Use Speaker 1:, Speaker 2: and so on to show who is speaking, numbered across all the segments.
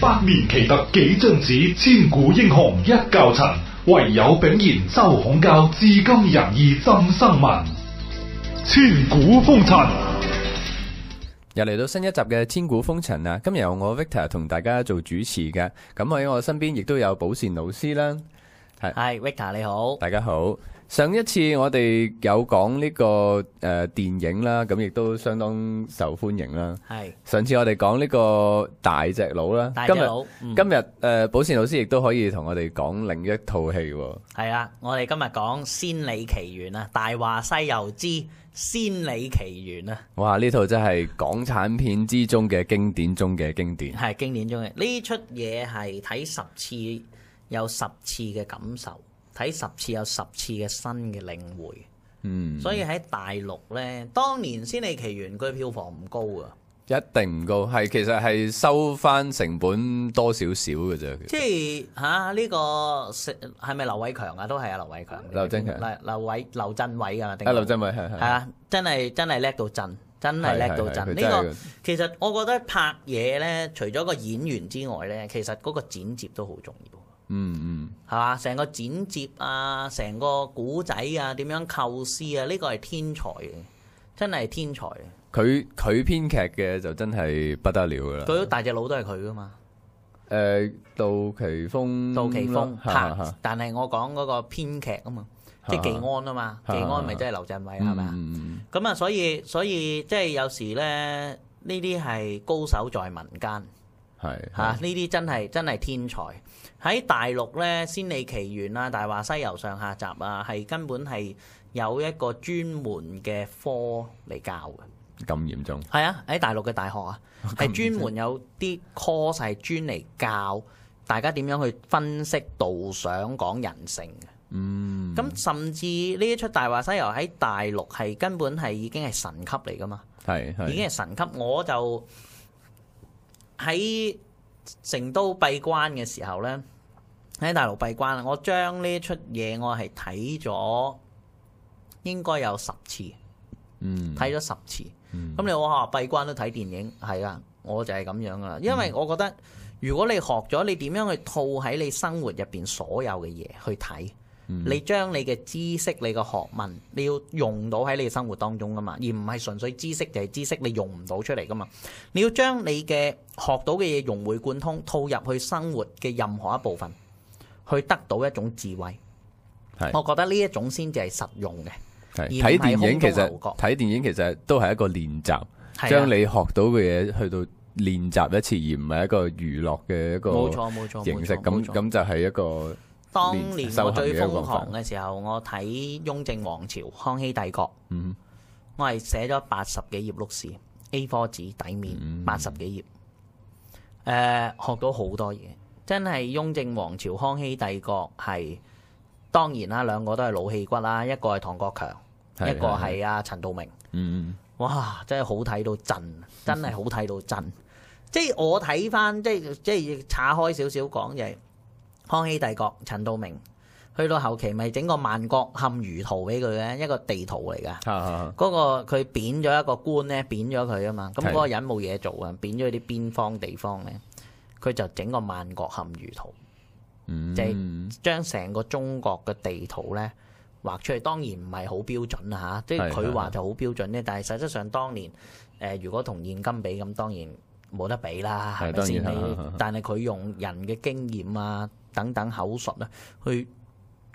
Speaker 1: 百年奇特幾張紙，千古英雄一窖塵。唯有炳然周孔教，至今仁義浸生民。千古風塵。
Speaker 2: 又嚟到新一集嘅千古風塵啦！今日由我 Victor 同大家做主持嘅，咁喺我身邊亦都有寶善老師啦。
Speaker 3: 系 Victor 你好，
Speaker 2: 大家好，上一次我哋有講呢、個个呃电影啦，咁亦都相當受歡迎啦。
Speaker 3: 系
Speaker 2: 上次我哋講呢個大隻佬啦，
Speaker 3: 大隻
Speaker 2: 今日
Speaker 3: 佬嗯
Speaker 2: 今日诶，宝、善老師亦都可以同我哋講另一套戲喎。
Speaker 3: 系啦，我哋今日讲《仙履奇緣》啊，《大話西遊之仙履奇緣》啊，
Speaker 2: 哇！呢套真係港產片之中嘅經典中嘅經典。
Speaker 3: 係經典中嘅呢出嘢係睇十次有十次嘅感受，睇十次有十次嘅新嘅領會。
Speaker 2: 嗯，
Speaker 3: 所以喺大陸呢，當年《仙履奇緣》佢票房唔高啊噶，
Speaker 2: 一定唔高，係其實係收翻成本多少少嘅啫。
Speaker 3: 即係吓呢個係咪劉偉強啊？都係啊，劉偉強。
Speaker 2: 劉振強
Speaker 3: 劉劉偉劉振偉啊，定
Speaker 2: 啊，劉振偉係
Speaker 3: 係
Speaker 2: 係
Speaker 3: 啊，真係真係叻到震，真係叻到
Speaker 2: 係係係佢
Speaker 3: 震。呢
Speaker 2: 真係
Speaker 3: 個其實我覺得拍嘢咧，除咗個演員之外咧，其實嗰個剪接都好重要，
Speaker 2: 嗯嗯。
Speaker 3: 係嘛？成個剪接啊，成個古仔啊，點樣構思啊，呢個係天才嘅，真係天才嘅。
Speaker 2: 佢佢編劇嘅就真係不得了噶啦。
Speaker 3: 佢大隻佬都係佢噶嘛，
Speaker 2: 誒杜琪峰嗯咯，
Speaker 3: 杜琪峰
Speaker 2: 嚇
Speaker 3: 拍
Speaker 2: 嚇嚇，
Speaker 3: 但係我講嗰個編劇啊嘛，即係
Speaker 2: 嚇
Speaker 3: 技安啊嘛，
Speaker 2: 嚇
Speaker 3: 技安咪即係劉鎮偉係咪啊？
Speaker 2: 嗯
Speaker 3: 咁啊，所以所以即係有時咧，呢啲係高手在民間。
Speaker 2: 係
Speaker 3: 嚇！呢啲真係真係天才。喺大陸呢，《仙履奇緣》啊，《大話西遊》上下集啊，係根本係有一個專門嘅科嚟教嘅。
Speaker 2: 咁嚴重，
Speaker 3: 係啊，喺大陸嘅大學啊，係專門有啲 course 係專嚟教大家點樣去分析導賞講人性嘅。
Speaker 2: 嗯，
Speaker 3: 咁、甚至呢一出《大話西遊》喺大陸係根本係已經係神級嚟噶嘛。
Speaker 2: 係係
Speaker 3: 已經係神級。我就喺成都閉關嘅時候呢，喺大陸閉關，我將呢出嘢我係睇咗應該有十次，
Speaker 2: 嗯
Speaker 3: 睇咗十次。咁、你話哦閉關都睇電影，係啦，我就係咁樣噶啦。因
Speaker 2: 嗯
Speaker 3: 為我覺得如果你學咗你點樣去套喺你生活入邊所有嘅嘢去睇。
Speaker 2: 嗯
Speaker 3: 你將你嘅知識、你嘅學問，你要用到喺你嘅生活當中噶嘛，而唔係純粹知識就係知識，你用唔到出嚟噶嘛。你要將你嘅學到嘅嘢融會貫通，套入去生活嘅任何一部分，去得到一種智慧。
Speaker 2: 係
Speaker 3: 我覺得呢一種先至係實用嘅。
Speaker 2: 係
Speaker 3: 而唔
Speaker 2: 睇
Speaker 3: 係
Speaker 2: 電影
Speaker 3: 空中
Speaker 2: 其
Speaker 3: 樓
Speaker 2: 實
Speaker 3: 閣
Speaker 2: 睇電影其實都係一個練習，
Speaker 3: 係啊
Speaker 2: 將你學到嘅嘢去到練習一次，而唔係一個娛樂嘅一個
Speaker 3: 冇錯冇錯冇錯
Speaker 2: 形式。
Speaker 3: 冇
Speaker 2: 咁
Speaker 3: 錯
Speaker 2: 咁就係一個
Speaker 3: 當
Speaker 2: 練
Speaker 3: 年
Speaker 2: 修
Speaker 3: 我
Speaker 2: 行嘅
Speaker 3: 最
Speaker 2: 一個
Speaker 3: 瘋
Speaker 2: 方法
Speaker 3: 狂嘅時候，我睇《雍正王朝》《康熙帝國》，
Speaker 2: 嗯
Speaker 3: 我係寫咗八十幾頁碌士 A4 紙底面，八十幾頁。誒、學到好多嘢，真係《雍正王朝》《康熙帝國》係當然啦，兩個都係老戲骨啦，一個係唐國強，
Speaker 2: 係
Speaker 3: 一個係阿陳道明。
Speaker 2: 嗯
Speaker 3: 哇！真係好睇到震，真係好睇到震。 即係我睇翻，即係即係岔開少少講就係康熙帝國陳道明，去到後期咪整個萬國陷魚圖俾佢嘅一個地圖嚟
Speaker 2: 嚇
Speaker 3: 㗎。
Speaker 2: 嚇
Speaker 3: 嗰、個佢扁咗一個官咧，扁咗佢啊嘛，咁嗰個人冇嘢做啊，扁咗去啲邊方地方咧，佢就整個萬國陷魚圖，
Speaker 2: 嗯
Speaker 3: 就係將成個中國嘅地圖咧畫出嚟。當然唔係好標準啦嚇，即
Speaker 2: 係
Speaker 3: 係佢話
Speaker 2: 係
Speaker 3: 就好標準咧，但係實質上當年誒、呃如果同現今比，咁當然冇得比啦，
Speaker 2: 係
Speaker 3: 係咪先？
Speaker 2: 當然
Speaker 3: 你
Speaker 2: 係係係
Speaker 3: 但係佢用人嘅經驗啊，等等口述啊，去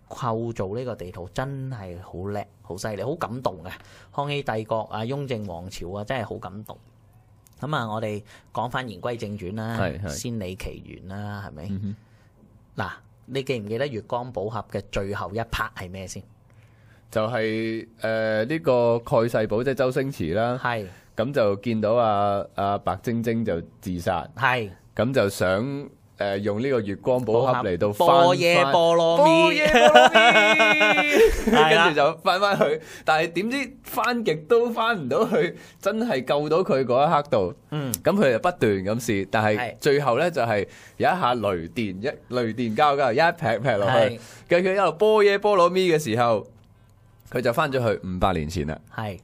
Speaker 3: 構造呢個地圖真係好叻，好犀利，好感動啊嘅。康熙帝國啊，雍正王朝啊，真係好感動。咁啊，我哋講翻言歸正傳啦，
Speaker 2: 係係
Speaker 3: 《仙履奇緣》啦，係咪？嗱、你記唔記得月光寶盒嘅最後一拍係咩先？
Speaker 2: 就係誒呢個蓋世寶即係周星馳啦。
Speaker 3: 係
Speaker 2: 咁就見到阿阿白晶晶就自殺，
Speaker 3: 係
Speaker 2: 咁就想誒、呃用呢個月光寶盒嚟到翻
Speaker 3: 波耶
Speaker 2: 翻
Speaker 3: 波羅
Speaker 2: 波
Speaker 3: 蜜
Speaker 2: 耶波羅蜜
Speaker 3: 係啊
Speaker 2: 跟
Speaker 3: 啦
Speaker 2: 住就翻翻去，但係點知翻極都翻唔到去，真係救到佢嗰一刻度。嗯，咁佢就不斷咁試，但係
Speaker 3: 係
Speaker 2: 最後咧就係、有一下雷電一雷電交交，一劈劈落去
Speaker 3: 係，
Speaker 2: 跟住佢一路波耶波羅蜜嘅時候，佢就翻咗去五百年前啦。
Speaker 3: 係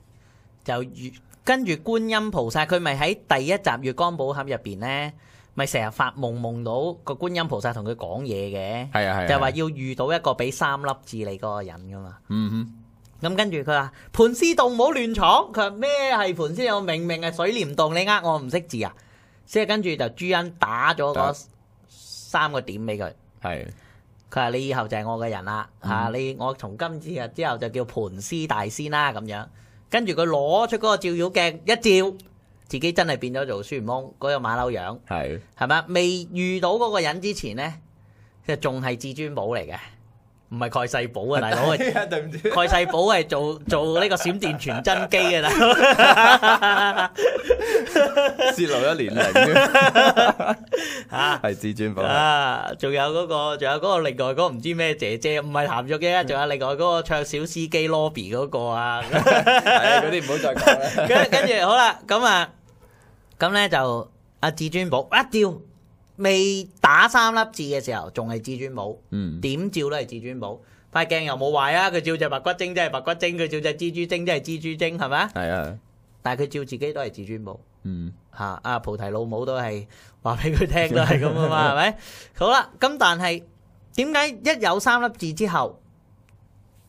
Speaker 3: 就月跟住觀音菩薩，佢咪喺第一集月光寶盒入邊咧，咪成日發夢夢到個觀音菩薩同佢講嘢嘅，
Speaker 2: 係啊係啊
Speaker 3: 就係話要遇到一個俾三粒字你嗰個人噶嘛。
Speaker 2: 嗯哼，
Speaker 3: 咁跟住佢話盤絲洞唔好亂闖，佢話咩係盤絲洞？明明係水簾洞，你呃我唔識字啊！即係跟住就朱恩打咗
Speaker 2: 打
Speaker 3: 嗰三個點俾佢，
Speaker 2: 係
Speaker 3: 佢話你以後就係我嘅人啦嚇、啊你我從今次日啊之後就叫盤絲大仙啦咁樣。跟住佢攞出嗰個照妖鏡一照，自己真係變咗做孫悟空嗰、個馬騮樣。
Speaker 2: 係
Speaker 3: 係咪？未遇到嗰個人之前咧，就仲係至尊寶嚟嘅，唔係蓋世寶啊，大 佬。
Speaker 2: 哎對唔住，
Speaker 3: 蓋世寶係做做呢個閃電傳真機嘅啦，
Speaker 2: 泄露一年齡，
Speaker 3: 啊
Speaker 2: 係至尊寶，
Speaker 3: 啊！仲有嗰、個，仲有嗰個另外嗰個唔知咩姐姐，唔係譚玉嘅，仲有另外嗰個唱小司機 lobby 嗰個啊。
Speaker 2: 係嗰啲唔好再講啦。
Speaker 3: 跟跟住好啦，咁啊，咁咧就阿至尊寶一照，未打三粒字嘅時候，仲係至尊寶。
Speaker 2: 嗯，
Speaker 3: 點照都係至尊寶。塊鏡又冇壞啊！佢照只白骨精，真係白骨精；佢照只蜘蛛精，真係蜘蛛精，係咪啊？
Speaker 2: 係啊，
Speaker 3: 但係佢照自己都係至尊寶
Speaker 2: 嗯，
Speaker 3: 嚇，啊啊菩提老母都係話俾佢聽都係咁啊嘛，係咪？好啦，咁但係點解一有三粒字之後，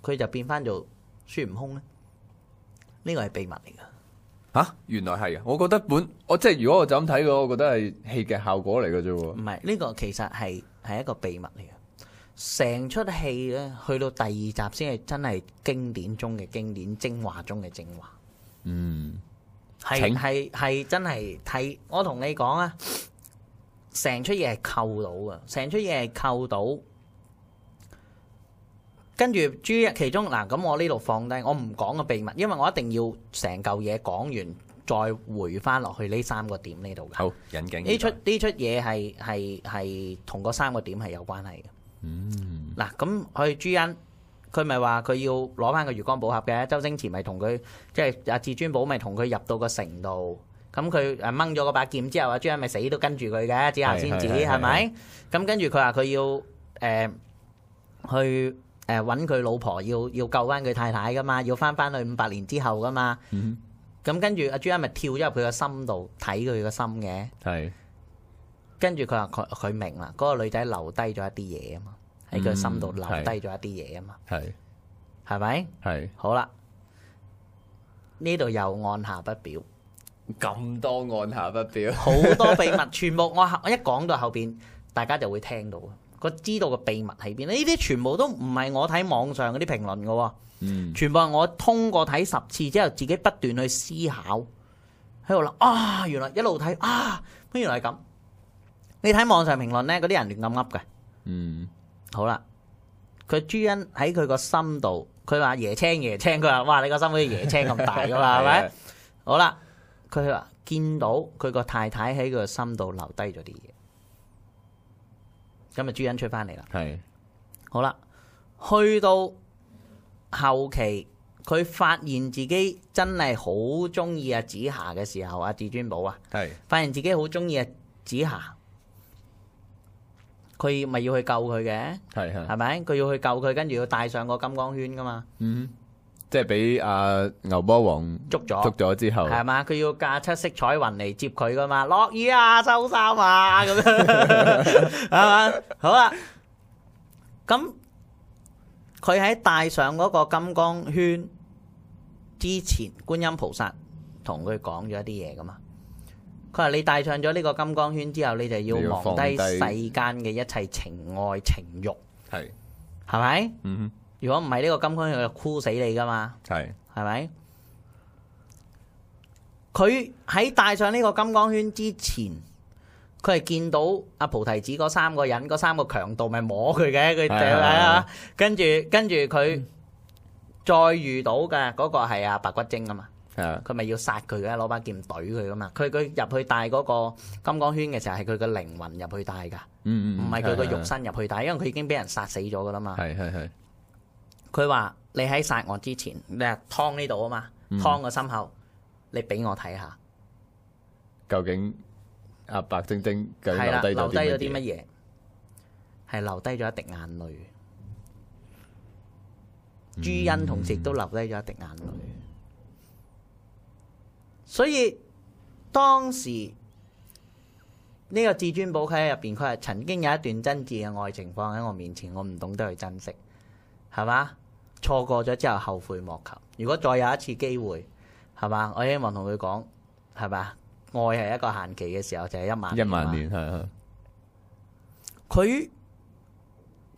Speaker 3: 佢就變翻做孫悟空呢？呢個係秘密嚟㗎。
Speaker 2: 吓，原來係啊！我覺得本我即係如果我就咁睇嘅話，我覺得係戲劇效果嚟嘅啫喎
Speaker 3: 唔。係呢個其實係係一個秘密嚟嘅。成出戲咧，去到第二集先係真係經典中嘅經典，精華中嘅精華。
Speaker 2: 嗯，
Speaker 3: 係
Speaker 2: 請
Speaker 3: 係係真係睇，我同你講啊，成出嘢係扣到嘅，成出嘢係扣到。跟住朱一其中嗱，咁我呢度放低，我唔講個秘密，因為我一定要成嚿嘢講完，再回翻落去呢三個點呢度嘅。
Speaker 2: 好引頸
Speaker 3: 呢出呢出嘢係係係同嗰三個點係有關係嘅。
Speaker 2: 嗯
Speaker 3: 嗱，咁佢朱茵，佢咪話佢要攞翻個月光寶盒嘅，周星馳咪同佢即係阿至尊寶咪同佢入到個城度，咁佢誒掹咗嗰把劍之後，阿朱茵咪死都跟住佢嘅，之後先至
Speaker 2: 係係係
Speaker 3: 係咪？咁跟住佢話佢要誒、à, 去誒揾佢老婆，要要救翻佢太太噶嘛，要翻翻去五百年之後噶嘛。
Speaker 2: 嗯
Speaker 3: 咁跟住阿朱茵咪跳咗入佢個心度睇佢個心嘅。
Speaker 2: 係
Speaker 3: 跟住佢話佢佢明啦，嗰、個女仔留低咗一啲嘢啊嘛，喺佢心度
Speaker 2: 嗯
Speaker 3: 留
Speaker 2: 係
Speaker 3: 低咗一啲嘢啊嘛，
Speaker 2: 係
Speaker 3: 係咪？
Speaker 2: 係
Speaker 3: 好啦，呢度又按下不表，
Speaker 2: 咁多按下不表，
Speaker 3: 好多秘密，全部我後我一講到後邊，大家就會聽到，個知道個秘密喺邊。呢啲全部都唔係我睇網上嗰啲評論嘅喎。
Speaker 2: 嗯
Speaker 3: 全部係我通過睇十次之後，自己不斷去思考，喺度諗啊，原來一路睇啊，乜原來係咁。你睇網上評論呢，嗰啲人亂咁噏嘅。
Speaker 2: 嗯
Speaker 3: 好啦，佢朱茵喺佢個心度，佢話椰青椰青，佢話哇你個心好似椰青咁大噶
Speaker 2: 啊
Speaker 3: 嘛，係咪？？好啦，佢話見到佢個太太喺佢個心度留低咗啲嘢，咁啊朱茵出翻嚟啦。
Speaker 2: 係
Speaker 3: 好啦，去到後期，佢發現自己真係好中意阿紫霞嘅時候，阿至尊寶啊，
Speaker 2: 係
Speaker 3: 發現自己好中意阿紫霞，佢咪要去救佢嘅，
Speaker 2: 係係
Speaker 3: 係咪？佢要去救佢，跟住要戴上個金剛圈噶嘛，
Speaker 2: 嗯，即係俾阿牛魔王
Speaker 3: 捉咗。
Speaker 2: 捉咗之後，
Speaker 3: 係嘛？佢要架七色彩雲嚟接佢噶嘛？落雨啊，收衫啊，咁樣係嘛？好啦，咁佢喺戴上嗰個金剛圈之前，觀音菩薩同佢講咗一啲嘢噶嘛？佢話：你戴上咗呢個金剛圈之後，你就
Speaker 2: 你
Speaker 3: 要
Speaker 2: 要
Speaker 3: 忘
Speaker 2: 放低
Speaker 3: 低世間嘅一切情愛情欲，
Speaker 2: 係
Speaker 3: 係咪？
Speaker 2: 嗯
Speaker 3: 如果唔係呢個金剛圈，佢就箍死你噶嘛？
Speaker 2: 哼係
Speaker 3: 係咪？佢喺戴上呢個金剛圈之前，佢係見到阿菩提子嗰三個人，嗰三個強盜咪摸佢嘅，
Speaker 2: 係
Speaker 3: 佢係咪啊
Speaker 2: 係？
Speaker 3: 跟住跟住佢再遇到嘅嗰個係阿白骨精啊嘛，
Speaker 2: 係啊
Speaker 3: 佢咪要殺佢嘅，攞把劍懟佢噶嘛。佢佢入去戴嗰個金剛圈嘅時候，係佢個靈魂入去戴噶，
Speaker 2: 嗯
Speaker 3: 唔
Speaker 2: 嗯，
Speaker 3: 係佢個肉身入去戴，因為佢已經俾人殺死咗噶啦嘛。
Speaker 2: 係係係
Speaker 3: 佢話：你喺殺我之前，你係劏呢度啊嘛，劏個心口，你俾我睇下，
Speaker 2: 究竟阿白晶晶究竟
Speaker 3: 係啦，
Speaker 2: 留
Speaker 3: 留
Speaker 2: 低
Speaker 3: 低
Speaker 2: 咗
Speaker 3: 咗
Speaker 2: 啲
Speaker 3: 啲乜
Speaker 2: 乜嘢？
Speaker 3: 嘢？係留低咗一滴眼淚。朱茵同時亦都留低咗一滴眼淚。所以當時呢個至尊寶佢喺入邊，佢係曾經有一段真摯嘅愛情放喺我面前，我唔懂得去珍惜，係嘛？錯過咗之後後悔莫及。如果再有一次機會，係嘛？我希望同佢講，係嘛？愛係一個限期嘅時候，就係、一萬
Speaker 2: 一
Speaker 3: 嘛
Speaker 2: 萬年係係
Speaker 3: 佢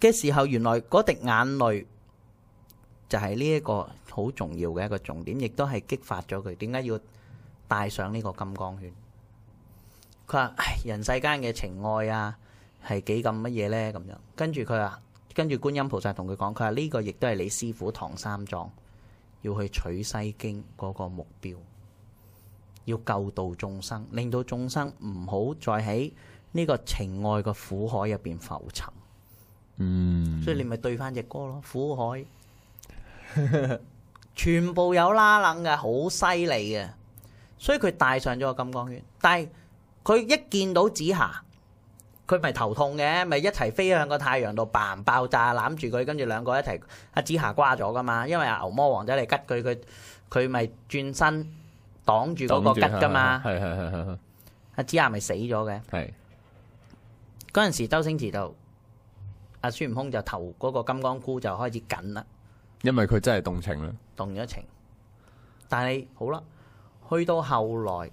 Speaker 3: 嘅時候，原來嗰滴眼淚就係呢一個好重要嘅一個重點，亦都係激發咗佢點解要戴上呢個金剛圈。佢話：唉，人世間嘅情愛啊，係幾咁乜嘢呢？咁樣跟住佢話，跟住觀音菩薩同佢講，佢話呢個亦都係你師傅唐三藏要去取西經嗰個目標，要救度眾生，令到眾生唔好再喺呢個情愛嘅苦海入邊浮沉，
Speaker 2: 嗯
Speaker 3: 所以你咪對翻只歌咯，苦海， 全部有拉冷嘅，好犀利嘅，所以佢戴上咗個金剛圈，但係佢一見到紫霞，佢咪頭痛嘅，咪一齊飛向個太陽度，嘭爆炸攬住佢，跟住兩個一齊，阿紫霞瓜咗噶嘛，因為阿牛魔王仔嚟吉佢，佢佢咪轉身擋住嗰個吉噶嘛，
Speaker 2: 係係係係
Speaker 3: 阿紫霞咪死咗嘅。
Speaker 2: 係
Speaker 3: 嗰陣時，周星馳就阿孫悟空就投嗰個金剛箍就開始緊啦，
Speaker 2: 因為佢真係動情啦，
Speaker 3: 動咗情。但係好啦，去到後來，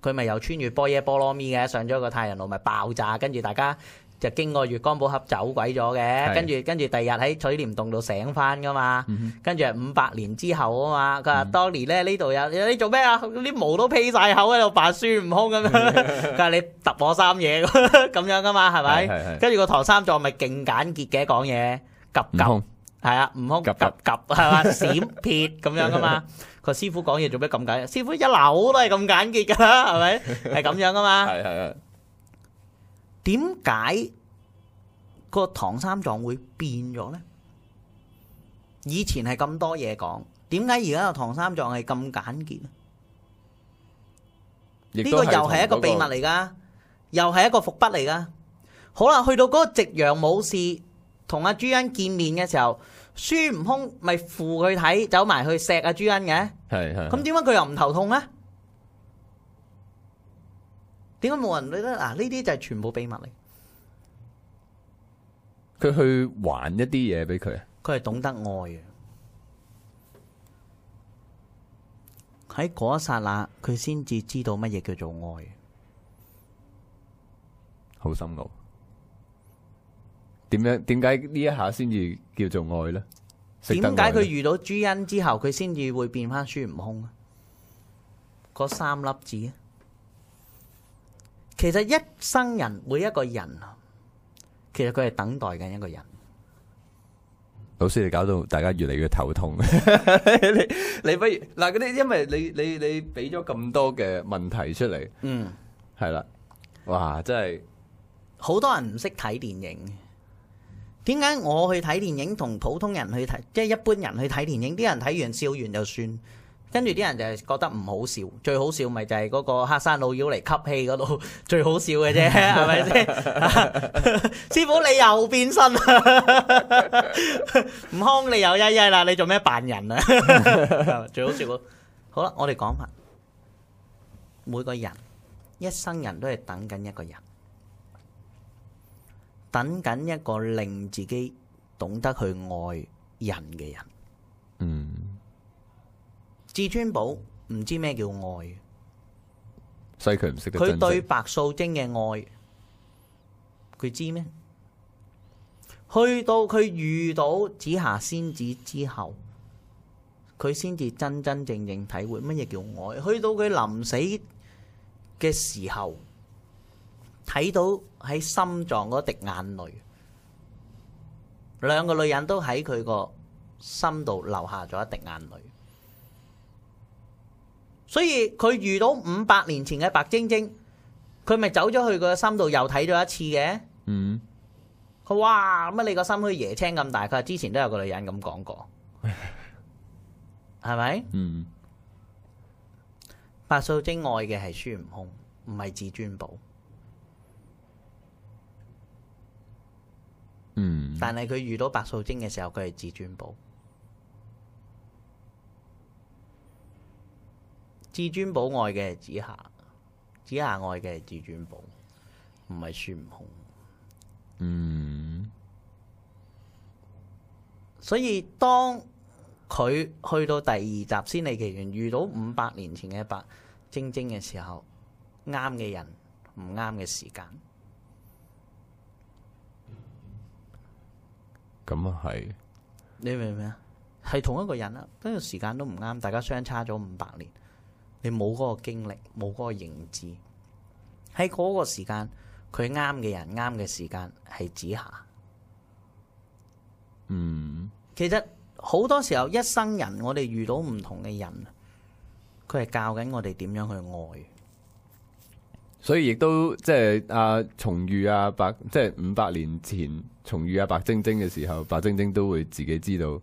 Speaker 3: 佢咪又穿越波耶波羅咪嘅，上咗個太陽路咪爆炸，跟住大家就經過月光寶盒走鬼咗嘅，
Speaker 2: 係
Speaker 3: 跟住跟住第日喺水簾洞度醒翻噶嘛，跟住係五百年之後啊嘛，佢話當年咧呢度有你做咩啊？啲毛都披晒口喺度扮孫悟空咁樣， 佢話你揼我衫嘢咁樣噶嘛，係咪？
Speaker 2: 係係係
Speaker 3: 跟住個唐三藏咪勁簡潔嘅講嘢，
Speaker 2: 悟
Speaker 3: 及及。
Speaker 2: 空
Speaker 3: 係啊，悟空及
Speaker 2: 及
Speaker 3: 及 係嘛，閃撇咁樣噶 嘛。個師傅講嘢做咩咁簡？師傅一樓都係咁簡 潔噶啦，係咪？係咁樣噶嘛？
Speaker 2: 係係係
Speaker 3: 點解個唐三藏會變咗呢？以前係咁多嘢講，點解而家個唐三藏係咁簡潔呢？
Speaker 2: 亦
Speaker 3: 呢
Speaker 2: 都
Speaker 3: 個又係一個
Speaker 2: 同嗰
Speaker 3: 秘密嚟噶，又係一個伏筆嚟噶。好啦，去到嗰個夕陽武士同阿朱茵見面嘅時候，孫悟空咪扶佢睇，走埋去錫阿朱茵嘅。
Speaker 2: 係係
Speaker 3: 咁點解佢又唔頭痛呢？點解冇人理得？嗱，呢啲就係全部秘密嚟。
Speaker 2: 佢去還一啲嘢俾佢，
Speaker 3: 佢係懂得愛嘅。喺嗰一剎那，佢先至知道乜嘢叫做愛。
Speaker 2: 好深奧。點樣？點解呢一下先至叫做愛咧？
Speaker 3: 點
Speaker 2: 點
Speaker 3: 解佢遇到朱茵之後，佢先至會變翻孫悟空啊？嗰三粒字啊，其實一生人每一個人啊，其實佢係等待緊一個人。
Speaker 2: 老師，你搞到大家越嚟越頭痛。 你你不如嗱，嗰啲因為你你你俾咗咁多嘅問題出嚟，
Speaker 3: 嗯，
Speaker 2: 係啦，哇，真係
Speaker 3: 好多人唔識睇電影嘅。點解我去睇電影同普通人去睇，即係一般人去睇電影，啲人睇完笑完就算，跟住啲人就係覺得唔好笑，最好笑咪就係嗰個黑山老妖嚟吸氣嗰度 最好笑嘅啫， 係咪先？師傅你又變身 啦，悟空你又曳曳啦，你做咩扮人啊？ 最好笑嗰好啦，我哋講下每個人一生人都係等緊一個人。等緊一個令自己懂得去愛人嘅人。
Speaker 2: 嗯，
Speaker 3: 至尊寶唔知咩叫愛，
Speaker 2: 所以佢唔識得
Speaker 3: 佢
Speaker 2: 珍
Speaker 3: 對
Speaker 2: 惜。
Speaker 3: 白素貞嘅愛，佢知咩？去到佢遇到紫霞仙子之後，佢先至真真正正體會乜嘢叫愛。去到佢臨死嘅時候，睇到喺心臟嗰滴眼淚，兩個女人都喺佢個心度流下咗一滴眼淚。所以佢遇到五百年前嘅白晶晶，佢咪走咗去個心度又睇咗一次嘅。
Speaker 2: 嗯，
Speaker 3: 佢哇乜你個心好似椰青咁大？佢話之前都有個女人咁講過，係咪？
Speaker 2: 嗯，
Speaker 3: 白素貞愛嘅係孫悟空，唔係至尊寶。
Speaker 2: 嗯，
Speaker 3: 但係佢遇到白素貞嘅時候，佢係至尊寶。至尊寶愛嘅係紫霞，紫霞愛嘅係至尊寶。係孫悟空。
Speaker 2: 嗯
Speaker 3: 所以當佢去到第二集《先理奇緣》遇到五百年前嘅白晶晶嘅時候，啱嘅人，唔啱嘅時間。
Speaker 2: 咁啊係，
Speaker 3: 你明唔明啊？係同一個人啊，跟住時間都唔啱，大家相差咗五百年，你冇嗰個經歷，冇嗰個認知，喺嗰個時間，佢啱嘅人，啱嘅時間係指下。
Speaker 2: 嗯
Speaker 3: 其實好多時候，一生人我哋遇到唔同嘅人，佢係教緊我哋點樣去愛。
Speaker 2: 所以亦都即係阿重遇啊白，即係五百年前重遇啊白晶晶嘅時候，白晶晶都會自己知道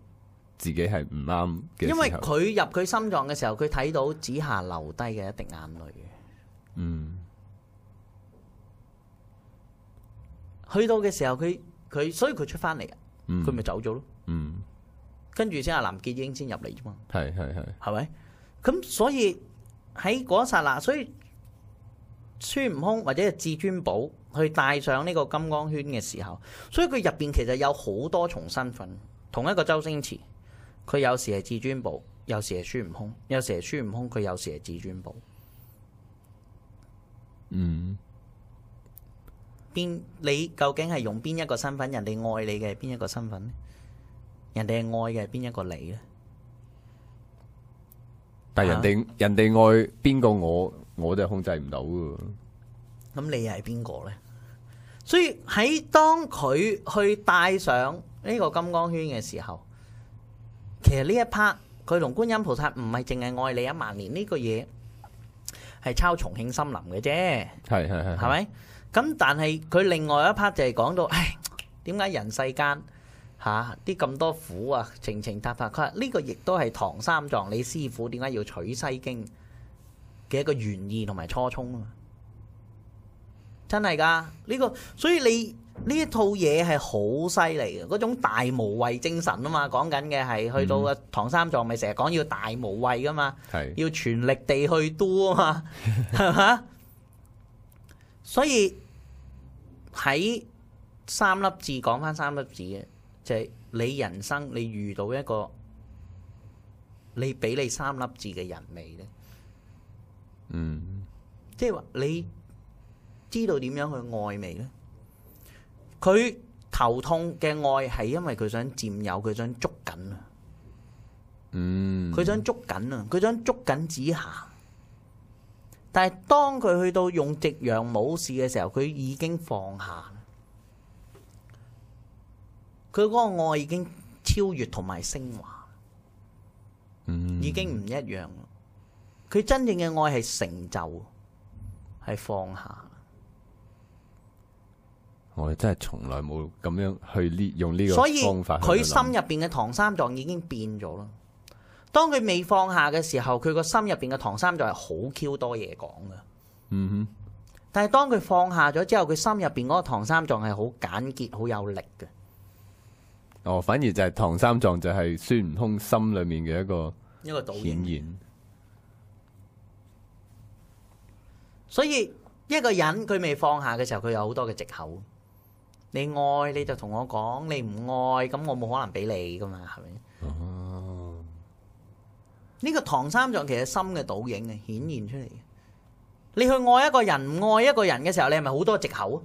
Speaker 2: 自己係唔啱嘅時
Speaker 3: 因
Speaker 2: 候。
Speaker 3: 為佢入佢心臟嘅時候，佢睇到子夏留低嘅一滴眼淚。
Speaker 2: 嗯
Speaker 3: 去到嘅時候，佢佢所以佢出翻嚟，
Speaker 2: 嗯
Speaker 3: 佢咪走咗咯。
Speaker 2: 嗯
Speaker 3: 跟住先阿藍潔瑛先入嚟啫嘛，
Speaker 2: 係係係
Speaker 3: 係咪？咁所以喺嗰一剎那，所以孫悟空或者係至尊寶去戴上呢個金剛圈嘅時候，所以佢入邊其實有好多重身份，同一個周星馳，佢有時係至尊寶，有時係孫悟空，有時係孫悟空，佢有時係至尊寶。
Speaker 2: 嗯
Speaker 3: 邊你究竟係用邊一個身份？人哋愛你嘅係邊一個身份呢？人哋係愛嘅係邊一個你呢？
Speaker 2: 但係人
Speaker 3: 啊
Speaker 2: 哋、人哋愛邊個我我就控制唔到嘅喎。
Speaker 3: 咁你係邊個呢？所以喺當佢去戴上呢個金剛圈嘅時候，其實呢一 part 佢同觀音菩薩唔係淨係愛你一萬年呢、個嘢，係抄重慶森林嘅啫。
Speaker 2: 係 係係
Speaker 3: 係咪？咁但係佢另外一 part 就係講到，唉，點解人世間吓啲咁多苦啊，情情塔塔。佢話呢個亦都係唐三藏你師傅點解要取西經嘅一個原意同埋初衷啊嘛。真係㗎，呢、個所以你呢一套嘢係好犀利嘅，嗰種大無畏精神啊嘛，講緊嘅係去到啊唐三藏咪成日講要大無畏㗎嘛。
Speaker 2: 係
Speaker 3: 要全力地去 do 啊嘛，係嘛？所以喺三粒字講翻三粒字嘅，就係、你人生你遇到一個你俾你三粒字嘅人未呢？
Speaker 2: 嗯
Speaker 3: 即係話你知道點樣去愛未呢？佢頭痛嘅愛係因為佢想佔有，佢想捉緊啊，
Speaker 2: 嗯
Speaker 3: 佢想捉緊啊，佢想捉緊紫霞。但係當佢去到用夕陽武士嘅時候，佢已經放下啦，佢嗰個愛已經超越同埋升華，
Speaker 2: 嗯
Speaker 3: 已經唔一樣啦。佢真正嘅愛係成就，係放下。
Speaker 2: 我哋真係從來冇咁樣去呢用呢個
Speaker 3: 所以
Speaker 2: 方法去
Speaker 3: 佢心
Speaker 2: 諗
Speaker 3: 入邊嘅唐三藏已經變咗啦。當佢未放下嘅時候，佢個心入邊嘅唐三藏係好 Q 多嘢講嘅。
Speaker 2: 嗯
Speaker 3: 但係當佢放下咗之後，佢心入邊嗰個唐三藏係好簡潔、好有力嘅。
Speaker 2: 哼，哦，反而就係唐三藏就係孫悟空心裏面嘅一個
Speaker 3: 一個導
Speaker 2: 顯。現。
Speaker 3: 所以一個人佢未放下嘅時候，佢有好多嘅藉口。你愛你就同我講，你唔愛咁我冇可能俾你噶嘛，係咪？
Speaker 2: 哦，
Speaker 3: 呢個唐三藏其實心嘅倒影啊，顯現出嚟嘅。你去愛一個人，唔愛一個人嘅時候，你係咪好多藉口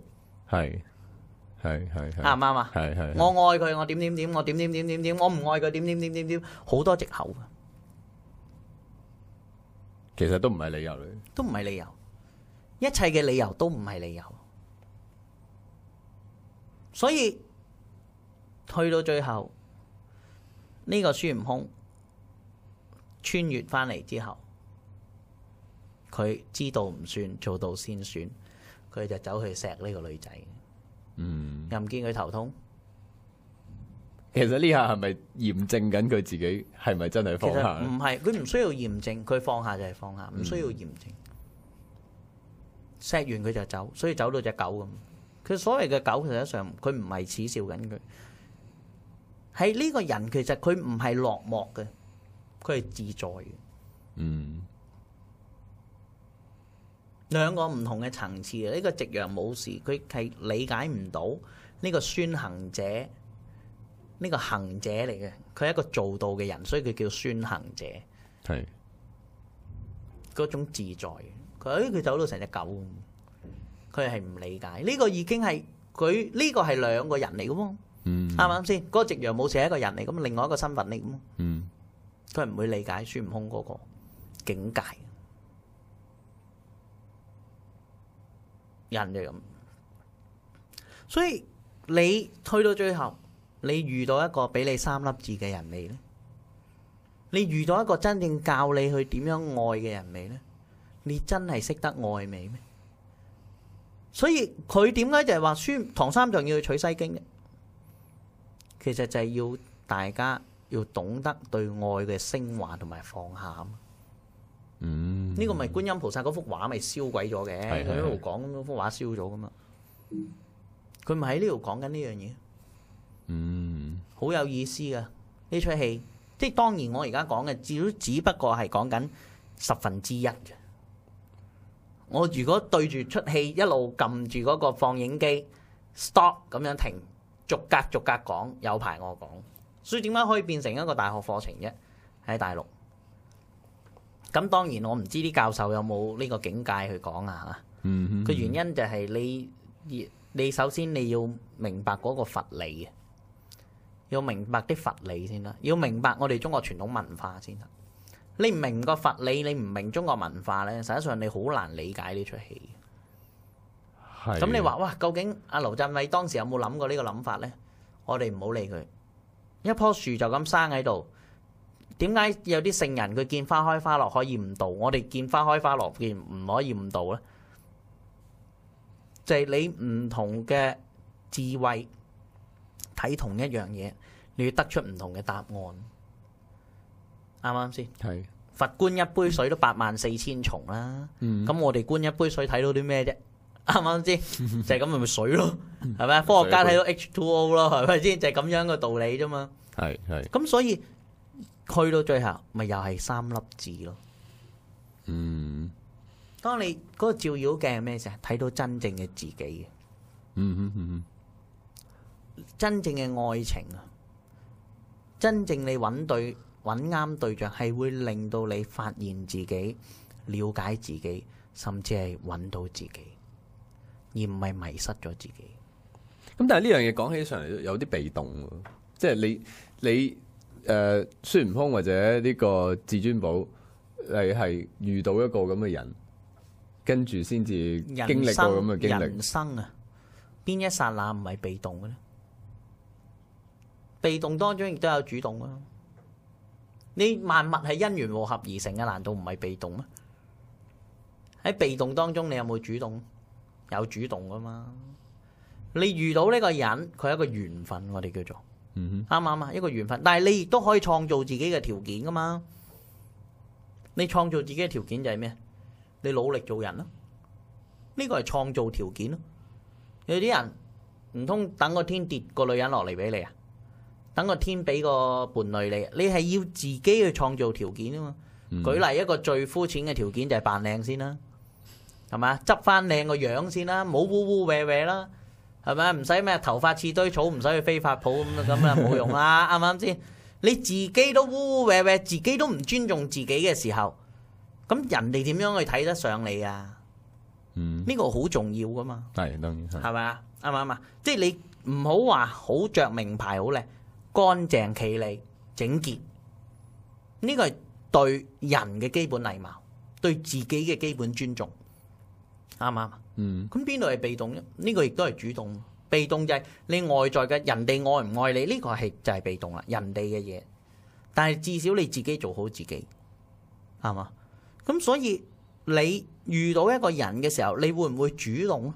Speaker 2: 係係係係
Speaker 3: 啊？啱唔啱啊？
Speaker 2: 係係
Speaker 3: 我愛佢，我點點點，我點點點點點，我唔愛佢點點點點點，好多藉口嘅。
Speaker 2: 其實都唔係理由嚟。
Speaker 3: 都唔係理由，一切嘅理由都唔係理由。所以去到最後，呢、個孫悟空穿越翻嚟之後，佢知道唔算，做到先算，佢就走去錫呢個女仔，
Speaker 2: 嗯，
Speaker 3: 又唔見佢頭痛。
Speaker 2: 其實呢下係咪驗證緊佢自己係咪真係
Speaker 3: 其
Speaker 2: 放
Speaker 3: 實
Speaker 2: 下？
Speaker 3: 唔係，佢唔需要驗證，佢放下就係放
Speaker 2: 嗯
Speaker 3: 下，唔需要驗證。錫完佢就走，所以走到只狗咁。佢所謂嘅狗，其實上佢唔係恥笑緊佢，係呢個人其實佢唔係落寞嘅，佢係自在嘅。
Speaker 2: 嗯
Speaker 3: 兩個唔同嘅層次啊！呢、個夕陽武士佢係理解唔到呢個宣行者，呢、個行者嚟嘅，佢係一個做到嘅人，所以佢叫宣行者
Speaker 2: 系
Speaker 3: 嗰種自在。佢哎佢走到成只狗咁，佢係唔理解呢、個已經係佢呢個係兩個人嚟嘅喎，
Speaker 2: 嗯
Speaker 3: 啱唔啱先？嗰、個夕陽武士係一個人嚟，咁另外一個身份嚟嘅喎。
Speaker 2: 嗯
Speaker 3: 佢唔會理解孫悟空嗰個境界。人就係咁，所以你去到最後，你遇到一個俾你三粒字嘅人未呢？你遇到一個真正教你去點樣愛嘅人未呢？你真係識得愛未咩？所以佢點解就係話孫唐三藏要去取西經呢？其實就係要大家要懂得對愛嘅升華同埋放下啊嘛。
Speaker 2: 嗯
Speaker 3: 呢個咪觀音菩薩嗰幅畫咪燒鬼咗嘅，
Speaker 2: 係係
Speaker 3: 佢一路講咁幅畫燒咗噶嘛。佢咪喺呢度講緊呢樣嘢，
Speaker 2: 嗯
Speaker 3: 好有意思噶呢出戲。即係當然我而家講嘅，只都只不過係講緊十分之一啫。我如果對住出戲一路撳住嗰個放映機 stop 咁樣停，逐格逐格講，有排我講。所以點解可以變成一個大學課程啫？喺大陸。咁當然我唔知啲教授有冇呢個境界去講啊
Speaker 2: 嗯
Speaker 3: 嚇。個、原因就係你你首先你要明白嗰個佛理啊，要明白啲佛理先啦，要明白我哋中國傳統文化先得。你唔明個佛理，你唔明中國文化呢，實際上你好難理解呢出戲。
Speaker 2: 系
Speaker 3: 咁你話哇，究竟阿劉鎮偉當時有冇諗過呢個諗法呢？我哋唔好理佢，一棵樹就咁生喺度。點解有啲聖人佢見花開花落可以唔到，我哋見花開花落見唔可以唔到呢？就係、你唔同嘅智慧睇同一樣嘢，你要得出唔同嘅答案，啱唔啱先？
Speaker 2: 系
Speaker 3: 佛觀一杯水都八萬四千重啦，咁、
Speaker 2: 嗯
Speaker 3: 我哋觀一杯水睇到啲咩啫？ 啱唔啱先？就係咁咪咪水咯，係咪？啊科學家睇到 H2O 咯，係咪先？就係、咁樣嘅道理啫嘛。
Speaker 2: 系系
Speaker 3: 咁所以去到最後，咪又係三粒字咯。
Speaker 2: 嗯
Speaker 3: 當你嗰個照妖鏡係咩啫？睇到真正嘅自己嘅。
Speaker 2: 嗯嗯嗯
Speaker 3: 真正嘅愛情啊，真正你揾對揾啱對象，係會令到你發現自己、了解自己，甚至係揾到自己，而唔係迷失咗自己。
Speaker 2: 咁但係呢樣嘢講起上嚟有啲被動喎，即係你你誒孫悟空或者呢個至尊寶，你係遇到一個咁嘅人，跟住先至經
Speaker 3: 人
Speaker 2: 歷過咁
Speaker 3: 生
Speaker 2: 嘅經
Speaker 3: 人
Speaker 2: 歷，
Speaker 3: 生啊，邊一剎那唔係被動嘅呢？被動當中亦都有主動啊！你萬物係因緣和合而成嘅，難道唔係被動咩？喺被動當中，你有冇主動？有主動噶嘛？你遇到呢個人，佢係一個緣分，我哋叫做。
Speaker 2: 嗯
Speaker 3: 啱唔啱啊？一個緣分，但係你亦都可以創造自己嘅條件噶嘛。你創造自己嘅條件就係咩？你努力做人咯，呢個係創造條件咯。有啲人唔通等個天跌個女人落嚟俾你啊？等個天俾個伴侶你，你係要自己去創造條件啊嘛。
Speaker 2: 嗯
Speaker 3: 舉例一個最膚淺嘅條件就係扮靚先啦，係咪啊？執翻靚個樣先啦，冇烏烏歪歪啦。係咪啊唔使咩頭髮似堆草，唔使去飛髮鋪咁咁啊，冇用啦，啱唔啱先？你自己都污污歪歪，自己都唔尊重自己嘅時候，咁人哋點樣去睇得上你啊？
Speaker 2: 嗯，
Speaker 3: 呢、個好重要噶嘛，
Speaker 2: 係當然係，
Speaker 3: 係咪啊？啱唔啱啊？即係你唔好話好着名牌好靚，乾淨企理、整潔，呢、個係對人嘅基本禮貌，對自己嘅基本尊重，啱唔啱啊？
Speaker 2: 嗯
Speaker 3: 咁邊度係被動啫？呢、個亦都係主動。被動就係你外在嘅人哋愛唔愛你，呢、個係就係被動啦，人哋嘅嘢。但係至少你自己做好自己，係嘛？咁所以你遇到一個人嘅時候，你會唔會主動？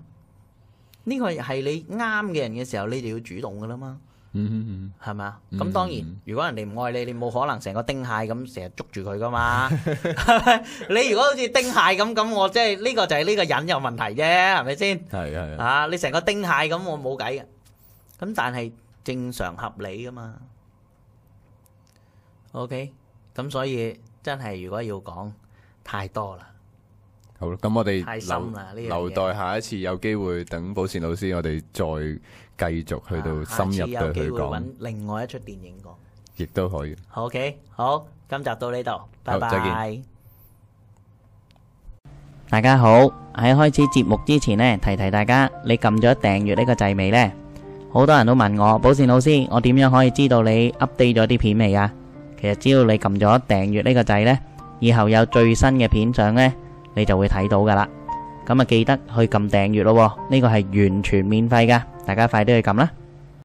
Speaker 3: 呢個係你啱嘅人嘅時候，你就要主動噶啦嘛，
Speaker 2: 嗯
Speaker 3: 係咪啊？咁當然，如果人哋唔愛你，你冇可能成個丁蟹咁成日捉住佢噶嘛。 係咪你如果好似丁蟹咁咁，我即係呢個就係呢個人有問題啫，係咪先？
Speaker 2: 係係係
Speaker 3: 啊！你成個丁蟹咁，我冇計嘅。咁但係正常合理噶嘛？OK，咁所以真係如果要講太多啦，
Speaker 2: 好啦，咁我哋
Speaker 3: 太深啦呢樣嘢
Speaker 2: 留留待下一次有機會等寶善老師，我哋再繼續去到
Speaker 3: 啊
Speaker 2: 深入
Speaker 3: 下次有
Speaker 2: 對
Speaker 3: 機
Speaker 2: 佢
Speaker 3: 會
Speaker 2: 講，
Speaker 3: 揾另外一出電影講。
Speaker 2: 亦都可以。
Speaker 3: OK，好，今集到呢度，拜
Speaker 2: 再
Speaker 3: 拜
Speaker 2: 見。
Speaker 4: 大家好，喺開始節目之前呢，提提大家，你撳咗訂閱呢個掣未呢？好多人都問我，寶善老師，我點樣可以知道你 update 咗啲片未啊？其實只要你撳咗訂閱呢個掣呢，以後有最新嘅片相呢，你就會睇到噶啦。咁啊，記得去撳訂閱咯喎，呢個係完全免費噶，大家快啲去撳啦！